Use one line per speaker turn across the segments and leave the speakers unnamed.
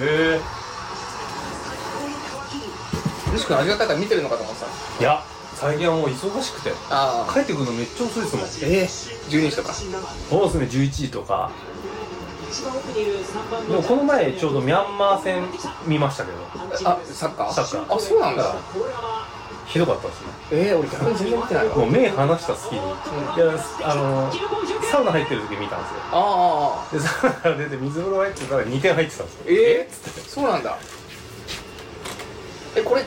え
よし君味方見てるのかと思ってた
いや最近はもう忙しくて
あ
帰ってくるのめっちゃ遅いですもん
ええ12時とか
そうですね11時とかでもこの前ちょうどミャンマー戦見ましたけど
あサッカー
サッカー
あそうなんだ
ひどかったですね
ええ俺逆に全然見てないわ
もう目離した隙に、いやあのサウナ入ってる時見たんですよ
ああああ
でサウナから出て水風呂入ってたら2点入ってたんですよ
ええ
っつって
そうなんだえこれ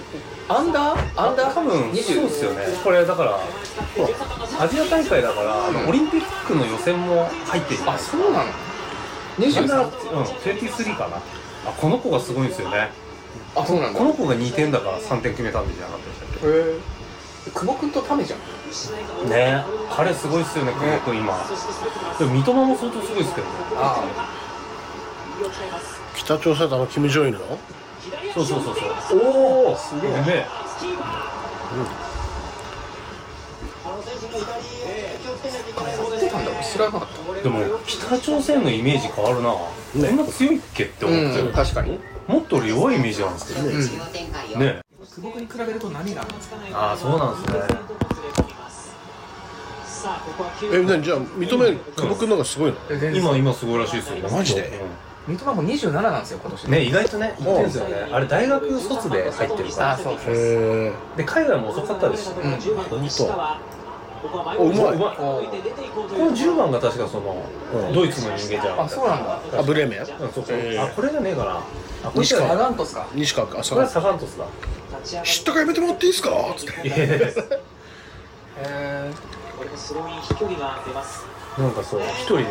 アンダーアンダー
多分
20
そうですよねこれだからほらアジア大会だから、あの
うん
オリンピックの予選も入ってるじゃない
あ
です
そ
か
うなの
なんだうん
23
23かなあこの子がすごいんですよね
あそうなんだ
この子が2点だから3点決めたんじゃなかったでしたっけ
え久保君とタメじゃん
ね彼すごいっすよね、久保君、今。でも、三笘も相当すごいっすけどね。
あ
北朝鮮だのキム・ジョンイルの
そうそうそうそう。おお、すげえ。ね。
あやってたんだ俺知らなかっ
でも、北朝鮮のイメージ変わるな。こんな強いっけって
た
思って
うん確かに
もっと俺弱いイメージなんですけどね。ね。
久保君に比べると何があるんですか
ああ、そうなんですね。
え何じゃあ認める久保君の方がすごいの
え全然
今、今すごいらしいですよね。
マジで
三笘も27なんですよ今年
うんね、意外とね、言ってんすよね。あれ、大学卒で入ってるから。
あそうそう
へえ
で、海外も遅かったですし。
ん
本
当
おうまい
こ
おー
の10番が確かその、
うん
ドイツの人間じゃなか
あ
った
そうなんだ
あブレーメン
うんそうそう
えー
あこれじゃねえかなあこれじ
西
ゃ
ア
ない
川
ガントスか
西川君
こ
浅
れは
川
サガン鳥栖だ
知ったかやめてもらっていいですかつって
いやいやいや
へ
なんかそう一人ね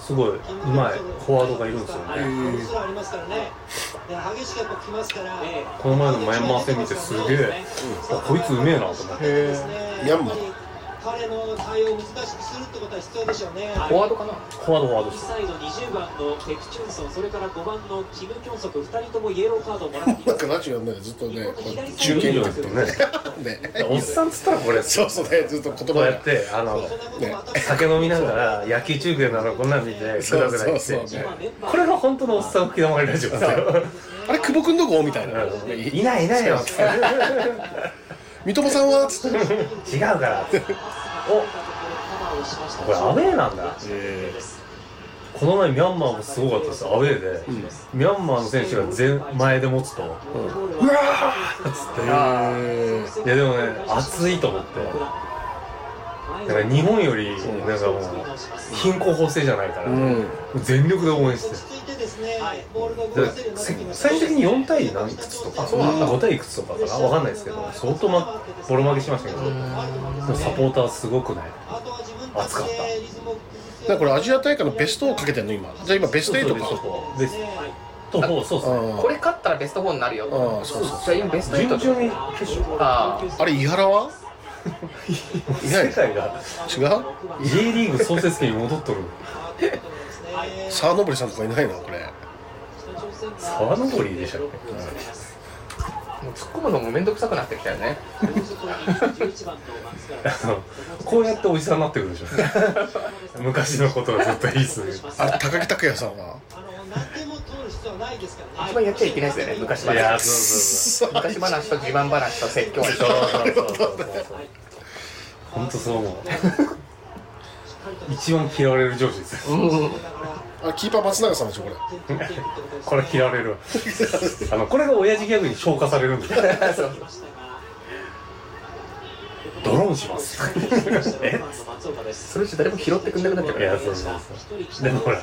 すごいうまいフォワードがいるんですよねこの前のマヤンマー戦見てすげえ、あこいつうめえなと思って
え
ヤンマ
彼の対応を難しくするってことは必要でしょうね。
フォワードかな
フォワードフォワードです
サイド20番のペクチュンソン、それから5番のキム・キョンソク、2人ともイエローカードをもらってい
な
ま
ん
す
かラジオねずっとねこう
中
中
堅
継
じゃ
に
な
な
く
ってて
ね
ね
おっさんっつったらこれ
そうそうねずっと言
こう
葉
や
が
ってあの
ね
酒飲みながら野球中継ならこんなん見てグ
そ
ダ
う
グダ
そ
言
う
っ
そう
て
ね
これが本当のおっさん吹き溜まりラジオですよ
あれ久保君どこみたいな
うんいないいないよつって
三笘さんはつって
違うからおこれアウェーなんだこの前ミャンマーもすごかったですアウェーで、ミャンマーの選手が前前で持つと、うわーっつっていやでもね熱いと思ってだから日本よりなんかもう貧困法制じゃないから、
うん
全力で応援して
落ち着いてですね、ボールが動
で
かせるようになってきました
最終的に4対何いくつとか、5対いくつとかかな分かんないですけど相当、ま、ボロ負けしましたけど、でもサポーターすごくない
あとは自分たちでリズムを崩す
だからこれアジア大会のベストをかけてんの今じゃあ今ベスト8
そう
か
そうベスト4そうそう
あ
これ勝ったらベスト4になるよ
ああそうそう
じゃあ今ベスト8
準々
と
に決勝
ああ
あれ井原はいない
世界が
違う
J リーグ創設期に戻っとる
沢登さんとかいないなこれ
沢登りでしたっ
もう突っ込むのもめんどくさくなってきたよね
けこうやっておじさんになってくるでしょ 昔のことがずっといいっすね
あれ高木拓也さんは
あの何でも通る必要はないですからね。
一番やっちゃいけないですよね昔
いや
話
そ
昔話と自慢話と説教
うそう
話
そうそうそうそうそう 本当そう思う一番嫌われる上司ですよ
あキーパー松永さんでしょこれ
これ嫌われるわあのこれが親父ギャグに消化されるんですよ
そう
ドローンしますえ
それじゃ誰も拾ってくんなくなっちゃうか
い
ら
やそうそうそうでもほら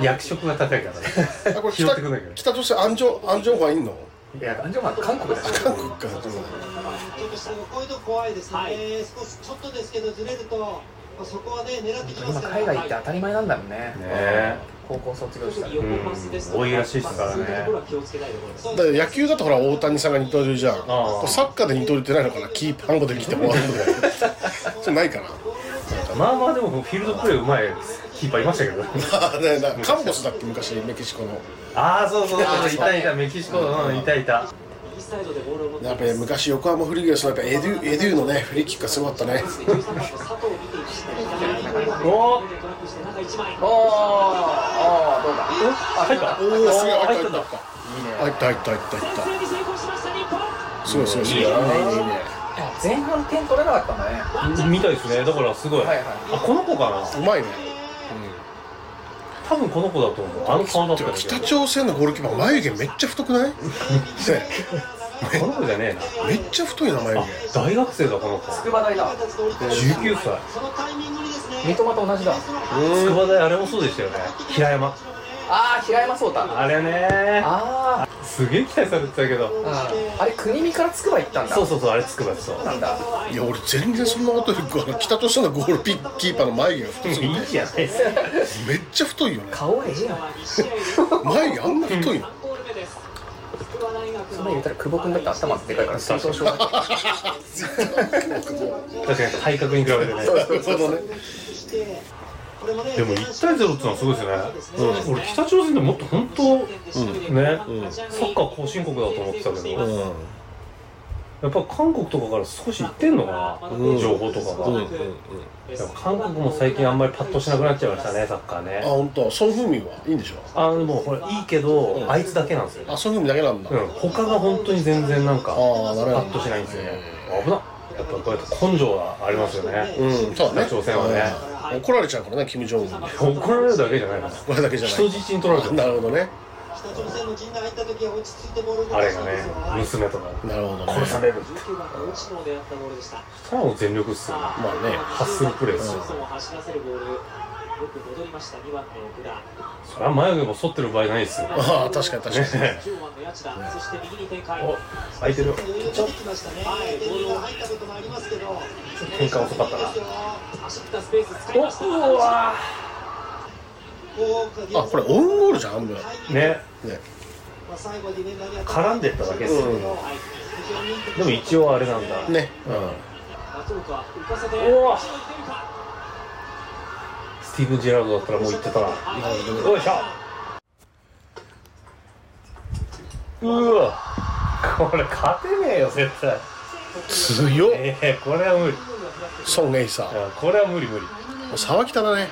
役職が高いからね
あこれ
拾っ
北
てくんないから
北朝鮮アンジョアンジョンファンいんの
いや男女は韓国だから
韓国かどう
ちょっとしたこういうとこ怖いですね、少しちょっとですけどずれると、まあそこはね、狙ってきま
今
すから、
海外行って当たり前なんだもんね
ね
高校卒業したら
うん多いらしいですからね
だから野球だとほら大谷さんが二刀流じゃん
ああ
サッカーで二刀流ってないのかなキーパーンゴで来てもらうとかそれない かな
まあまあでもフィールドプレーうまいキーパーいましたけど
あねなカンボスだっけ昔メキシコの
ああそうそうそういたいたメキシコのうんいたいた
サイドでボールを持ってい
やっ
ま
ぱ
す
り昔横浜フリーゲルスのやっぱエデュエデュのねフリーキックがすごかったね
お
あ
ー
あどうだあ入った
おおすげえ入
入
っ
ったたん
入っ
だ
た入った入った入った入ったすごいすごいすごいいい
い
ね
いね
いいねいいね
あ前半点取れなかったんだね
みたいですねだからすごい、
はいはい
あこの子かな
うまいね
多分この子だと思うあの顔だった
て
ん
か
だけ
北
ど
朝鮮のゴールキーパー眉毛めっちゃ太くないね
この子じゃね
めっちゃ太いな
え
眉
なあ大学生だこの子
筑波大だ
19歳
三笘と同じだ
毛
筑
うん
波大あれもそうでしたよね平山
ああ平山壮太あ
あれね
あ
すげえ期待されてたけど
ーあれ国見から筑波行ったんだ
そうそうそうあれ筑波そう
なんだ
いや俺全然そんなことよりあの北朝鮮のゴールピッキーパーの眉毛が太すぎて
いいじゃないですか
めっちゃ太いよね
顔ええやん
眉毛あんな太いの
そんな言うたら久保君だって頭でかいから 水頭症だって
確かに体格に比べてね
なるほどね
でも1対0ってのはすごいですよね、うん、俺北朝鮮でもっと本当ね、サッカー後進国だと思ってたけど、や
う
っ
ん
ぱ韓国とかから少し行ってんのかな、
うん
情報とかが、
うんうんうん
でも韓国も最近あんまりパッとしなくなっちゃいましたねサッカー
あ
ね
本当ソン・フンミンはいいんでしょ
あでもほらいいけど、
うん
あいつだけなんですよ、ね
あソン・フンミンだけなんだ、
うん、他が本当に全然なんか
ああなる
パ
ほ
ッとしないんですよね
うん
危なやっぱこうやって根性はありますよね
どうんそうだね
北朝鮮は
うん怒られちゃうからねキム・ジョンウンに
怒られるだけじゃないの
これだけじゃない
人質に取られてる
なるほどね
あれがね娘とか
なるほどね
殺されるってそしたらもう全力っすよね
ま
あね
ハッスルプレーですよそれは眉毛も剃ってる場合ないっすよ
ああ確かに確かに
ねお空いてる
ちょっとはいボールが入ったこともありますけど
変化遅かったな
お
おうわ
あこれオウンゴールじゃん半分
ーね
ね
絡んでっただけっすよ、
うん
でも一応あれなんだ
ね
おおスティーブン・ジェラードだったらもう行ってたなよいしょうわこれ勝てねえよ絶対
強っ
ええこれは無理い
ソン・エイサーも
やこれは無理無理
う沢北だね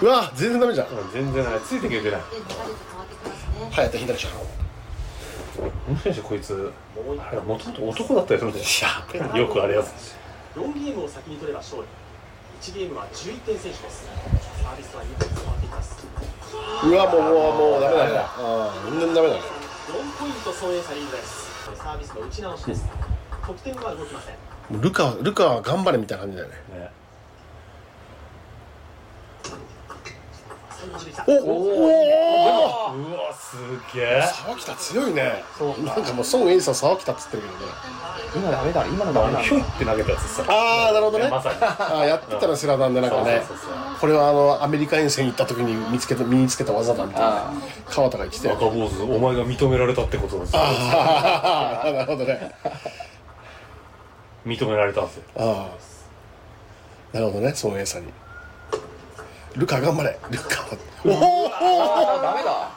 うわ全然ダメじゃん
うん全然ないついてきてない
早田ひなりちゃん
もしかしてこいつあれもともと男だったりするんだよよ くあれやつ
4ゲームを先に取れば勝利1ゲームは11点先取ですサービスは2点と回っています
うわもうもうもうダメだねうん全然ダメだね
4ポイント総援差リードですサービスの打ち直しです得点は動きません
もうルカルカは頑張れみたいな感じだよね
ね
最後まで来た
おおお
うわすげえ
沢北強いね
そう
なんかもう孫エイサー沢北っつってるけどね
今ダメだ今のダメな
あの
んだ
ひょいって投げたやつさ
ああなるほどね
まさに
あーやってたらセラダンでなんかね
そうそうそう
これはあのアメリカ遠征に行った時に見つけた身につけた技だみたいな
あ
川田が言ってたよ
赤坊主お前が認められたってことです
ああなるほどね
認められたんですよ
ああなるほどね孫エイサーにルカ頑張れルカお
あ
お
ーダメだ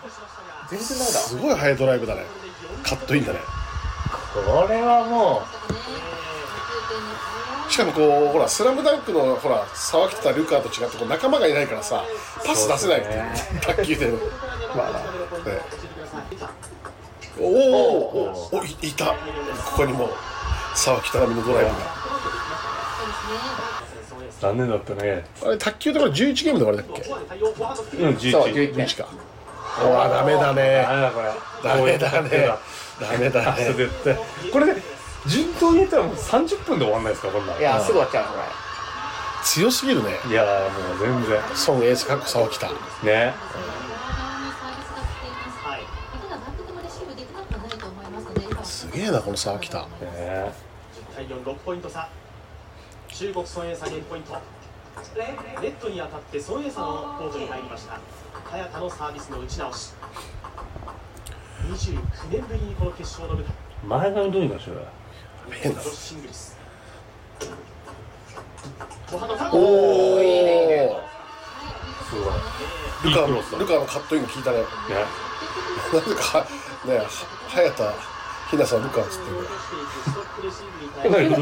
全然ダメだ
すごい速いドライブだねカットインだね
これはも
しかもこうほら「スラムダンクのほら沢北ルカと違ってこう仲間がいないからさパス出せないっていう、卓球で
まあな
ねおおおいいたここにもう沢北並みのドライブが
う残念だったね
あれ卓球でこれ11ゲームで終わりだっ
フォアで対応フォアハンドスピー
うん
けそう
11
11かおわダメだね
ダメだこれ
ダメだねダメだ
あ
ね
絶対これで順当に言ったらもう30分で終わんないですかこんなん
いやすぐ終わっちゃうこれ
強すぎるね
いやーもう全然
孫エースかっこ沢北
ね
すげえなこの沢北
ね
10対46ポイント差中国孫エイサ2ポイントネットに当たって孫エイサのコートに入りました早田のサービスの打ち直し29年ぶりにこの決勝の舞台
前髪どうにかしろよ
変だ
女子シングルス後半のターン
おお
すごい
ルカ
いいクロスだ
ルカのカットインが効いたね
ね
なぜかねは早田ひなさんルカっつってるか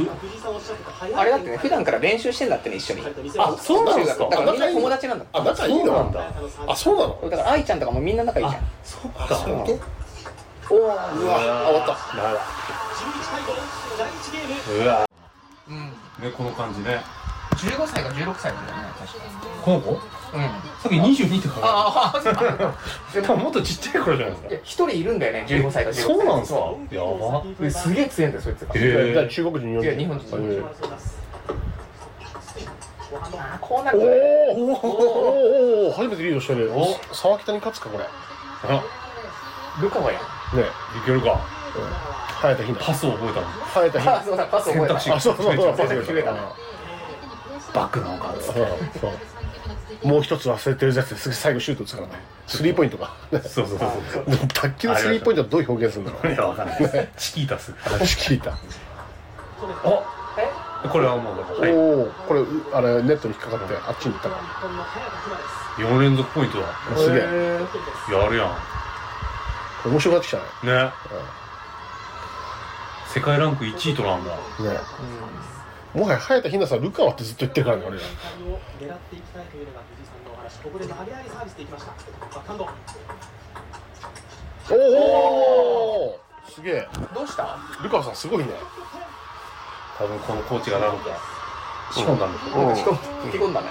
あれだってね普段から練習してんだってね一緒に
あそうなんですか
だからみんな友達なんだ
らあ仲いい
そうなん
の
だ
あそうなの
だから愛ちゃんとかもみんな仲いいじゃん
そっ
あ
か
そういう
お
こ
おー
とうわあ終わった
ならうわねこの感じね
15歳か16歳なんだよね確か
この子
うん
さっき22って書いてあ
ああそうか
る多分もっとちっちゃい頃じゃないです
い
か
や一人いるんだよね15歳か16歳
そうなんですか
そ
やば
うですげえ強いんだよそいつが
へえ
だから中国人
いや日本人
え
あーこうな
え
るとね
おおおおお初めてリードしてる沢北に勝つかこれね
あら
ルカワや
いけるか
生えたひな
パスを覚えたの
生えたひ
あ
な
そうだパス覚えた
選択肢
あそうそうそうパス
選択肢増えたな
バックなのかっつって
そうそうもう一つ忘れてるやつですぐ最後シュート打つからねスリーポイントが
そうそうそうそう
卓球のスリーポイントはどう表現するんだろう
いや、わかんないです。チキータス。
話聞いた、
あ、
え
これはもう、は
おおこれうあれネットに引っかかってあっちに行ったか
い、4連続ポイントだ。
らすげえ
え
やるや
面白くなってきたね
ん。ね。世界ランク1位となんだ。
ねもはや早田ひなさんルカワってずっと言ってるからね俺らおおすげえ
どうした
ルカワさんすごいね
多分このコーチがなんか、仕込んだんでしょ
なんか引き込ん引き込んだね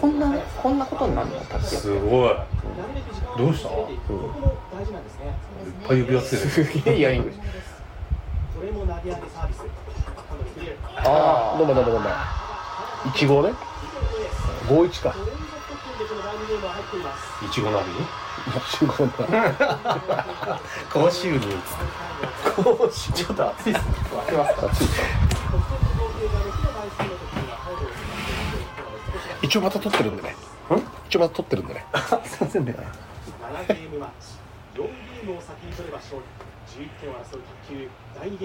こんなこんなことになるんだ卓球
すごい。いっ
どうした、
うん
大事なんですね
ぱい指輪つけてる。
すげえイヤリング
これも投げ上げサービス今度クリア
あ
どうもどうもどうも1号ね51か
連続得点でこの第2ゲームは入っています
いちごナビ
1号だ
かわしゅうに。こうし、ちょっと熱いっすね。
一応また撮ってるんでね一応また撮ってるんでね
すいませんね。
7ゲームマッチ4ゲームを先に取れば勝利11点を争う卓球第2ゲ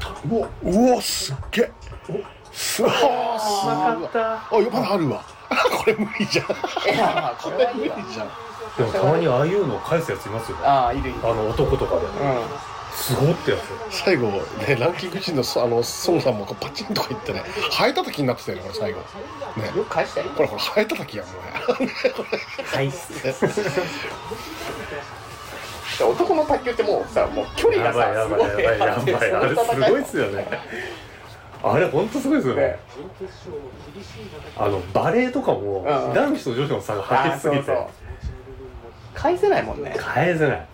ーム
うわうわすっげえすわーす
な
ごい
かっ
あやっぱりあるわ これ無理じゃん
あいやまあこれはいいわ
た。でもたまにああいうのを返すやついますよ。あ
ああいるいる
の男とかで。
う
すごってやつ。
最後ねランキング1位のそあの孫さんもこうパチンとか言ってねハエたたきになってたよねこれ最後ね
んよく返したよ
これこれハエたたきやんこれ
返す。
男の卓球ってもうさもう距離
や
が
ばいや
さす
ば
ご
いや
い
ばい
あ
や
っ
ば
て
い
その
あれすごいっ
戦
すよね あれ本当すごいですよね
ね
準決勝も厳しい戦い
あのバレーとかも
うんうん
男子と女子の差が激しすぎ
あーそう
て
返せないもんね
返せない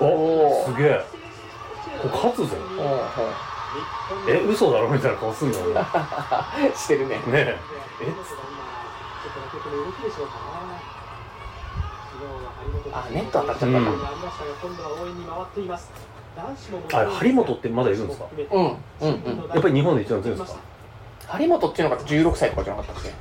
お
おー
すげえこれ勝つぜ
うんう
え嘘だろみたいな顔す んのね
んしてるね
え
え動きでしょうかね
あネット当たっちゃ
った
った
うん
ありましたが今度は応援に回っています男子も
あれ張本ってまだいるんですか
うんうんうん
やっぱり日本で一番強いんですか
張本っていうのが16歳とかじゃなかったっけ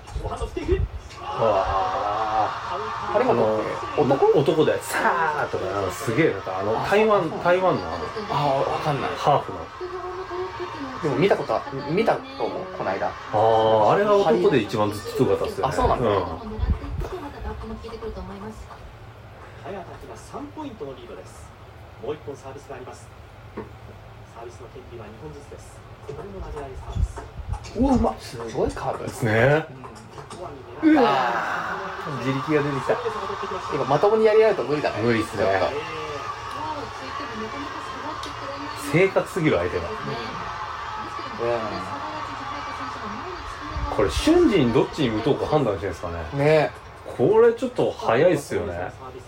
あ
張
あ
本
の
って男
男男でさーとかなんかすげえなんかあの台湾台湾のあの
ああわかんない
ハーフの
でも見たことあ見たと思うこの間
あああれが男で一番強かったっすよ
あ
ね
そうなんだ
ん
早田ひな3ポイントのリードですもう1本サービスがありますサービスの権利は2本ずつですこれも投げ上げサービス
うわうますごいカーブ
ですね
フォアに
う
狙う
わ
自力が出てきた
ー今まともにやり合うと無理だね
無理っすね
ちょと
正確すぎる相手がこれ瞬時にどっちに打とうか判断してるんですかね
ね
これちょっと早いっすよねあ
サービス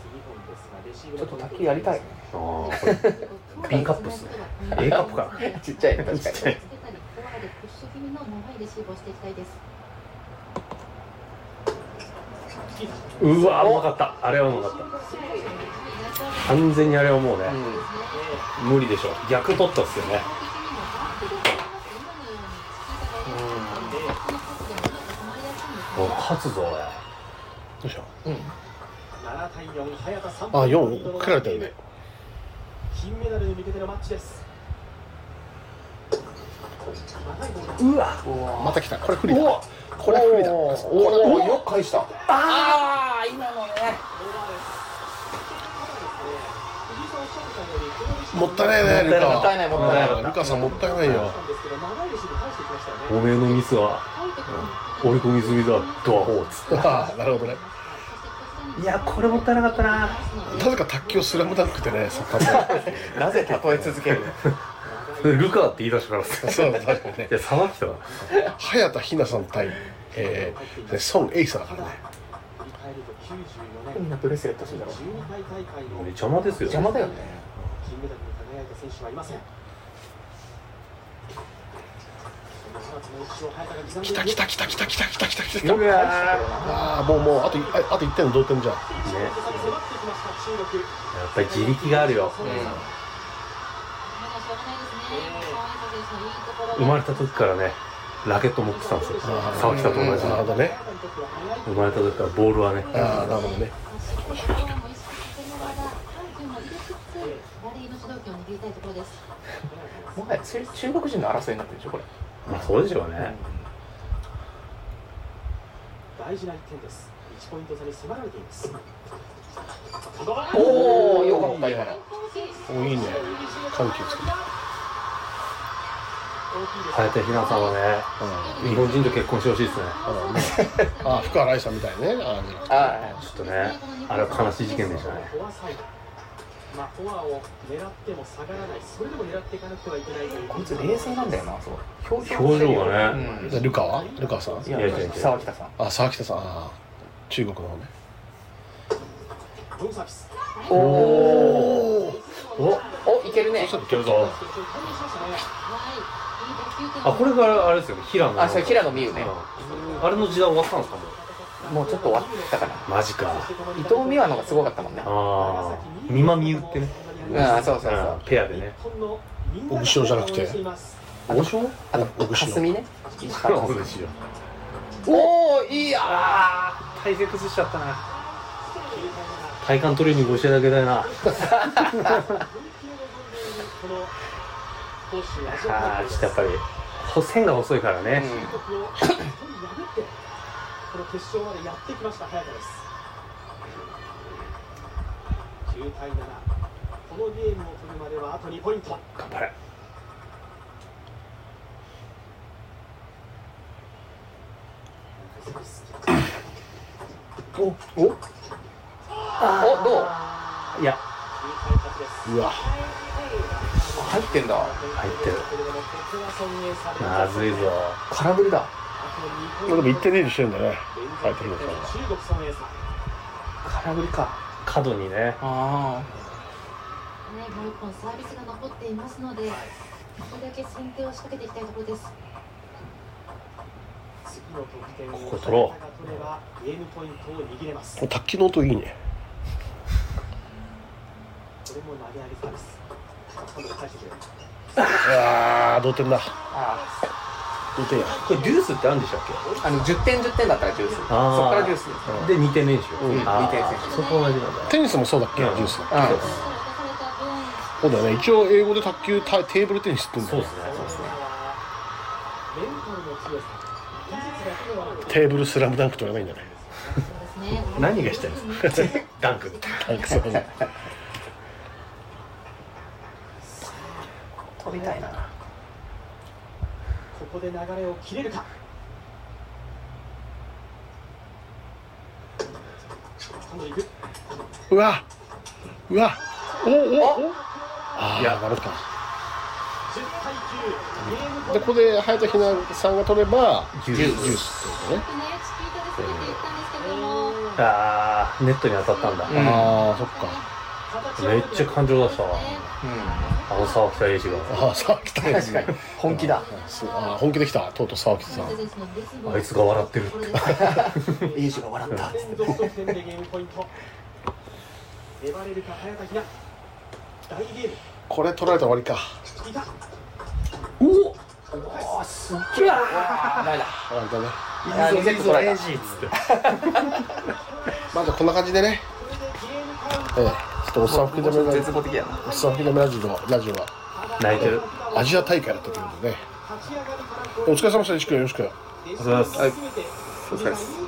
二本ですがレシーブ
ちょ
の
っと卓球やりたいね
あこれ B カップっすね A カップかな
ちっちゃいね確かに
うわうまかったあれはうまかった完全にあれはもうね、
うん
無理でしょ逆取ったっすよねもう勝つぞ俺
どうした
7対4早田3
あ
ポイントのリー
4
ドの
追っかけられたよね
金メダルに向けてのマッチです長いボール
うわ
また来たこれ不利だこれ不利だ
お
これ
およく返したああ今のね
もったいないね、ルカ。
もったいないもったいない
うんルカさんもったいな いよ。
おめえのミスは追い込み済みだドアホーツ
ああ、なるほどね。
いやこれもったいなかったな
なぜか卓球をスラムダンクってね、そっからね。
なぜ例え続けるの
ルカって言い出したから さ
そう、確かにね
い。やさばきたな
早田ひなさん対、えー、ね孫エイサだからね。
みんなブレスレットするだろう
邪魔ですよ
邪魔だよね
金メダルに輝いた選手はいません。
来た来た来た来た来た来た来た来た。
うわ
ああ、もうもう、あとい、ああと1点の同点じゃん。
ーねやっぱり自力があるよ、生まれた時からねラケット持ってたんですよ沢北と同じ
なるほどね。
生まれた時からボールはね
ああ、なるほどね。
もはや中中国人の争いになってるでしょこれ
まあそうでしょうね
大事な一点です。1ポイント差に迫られています。
おおよかった今の
おいいね。緩急つけて。
早田ひなさんはね日本人と結婚してほしいですね
ああ、福原愛さんみたいね。ああ
あ
ちょっとねあれは悲しい事件でしたね
フォアサイド。まあ、フォアを狙っても下がらない、それでも狙っていかなくてはいけないという。
あこいつ冷静なんだよなそう表
表情が
う
ね
ん
でルカはルカさん
い
いやいやい
や
や
沢北さん
あ、沢北さん。ああ、中国の方ね。
ドンサービス。
おお
お
おいけるね
いけるぞあこれがあれですよね平野
あそう平野美宇ね
うんあれの時代終わったんですかも
もうちょっと終わったかな
うマジか
伊藤美和のがすごかったもんね
ああ美馬美宇ってね
うんあそうそうそう
うんペアでね
オプションじゃなくて
王将
あと
僕知らん
霞ね
そうですよ
おおいいや
体勢崩しちゃったな体幹トレーニング教えてあげたいなあーちょっとやっぱりほ線が細いから
ー
ね、
この決勝までやってきました早田です9対7このゲームを取るまではあと2ポイント
頑張れ
おおどう
いや
うわ。
入ってんだ
入ってるまずいぞ
空振りだ
でも1点リードしてるんだね。入ってるのか
中国孫エイさん
空振りか
角にね
あ
もう一本サービスが残っていますので、ここだけ先手を仕掛けていきたいところです。
次の得点を
ここ取ろ
早田が取ればゲームポイントを握れます
この卓球の音いいね。
これも投げ上げサービス今度返してくれる
ああ、同点だ。
ああ
同点や。
これデュースってあるんでしたっけ
あの10点10点だったらジュースそっ
あー
からジュース
で2点練習、
うん
あー
二点選手
そこは同じなんだ
テニスもそうだっけ、
うん
ジュー
う
ス。そうだよね。一応英語で卓球タテーブルテニスって言うん
そ
だ
う
よ
ですねそうですね
メンタルの強さ技術だけではなく
テーブルスラムダンクとやればいいんだね。
何がしたいんですか ダンク
なんかそういうの
ん取りたいな
ここで流れを切れるか今度行く
うわ。うわ。おおお。ああ、
いや
なるか。
10対9ゲームポイント
でここで早田ひなさんが取れば
ジュース
ジュースってことね。
あーネットに当たったんだ、
うん
ああ、そっか。
めっちゃ感情出したわ
うん
あの沢北英二が
ああ、沢北
確かに本気だ
そうああ本気できたとうとう沢北さん
あいつが笑ってるって
エイジが笑った
連続得点でゲームポイント粘れるか早田ひな大ゲーム
これ取られたら終わりか
いた
おおすっげえないだ
終わりだね
あーリセット取られた
っつって
まずこんな感じでね
これでゲームカウント
ええちょっとおっさん吹き止めラジ
絶望的やな
オおっさん吹き止めラジオラジオは
泣いてる
アジア大会だったということでね
立ち上がりから
お疲れ様でした石君よろしく
おはようございます
全て
お疲れ様です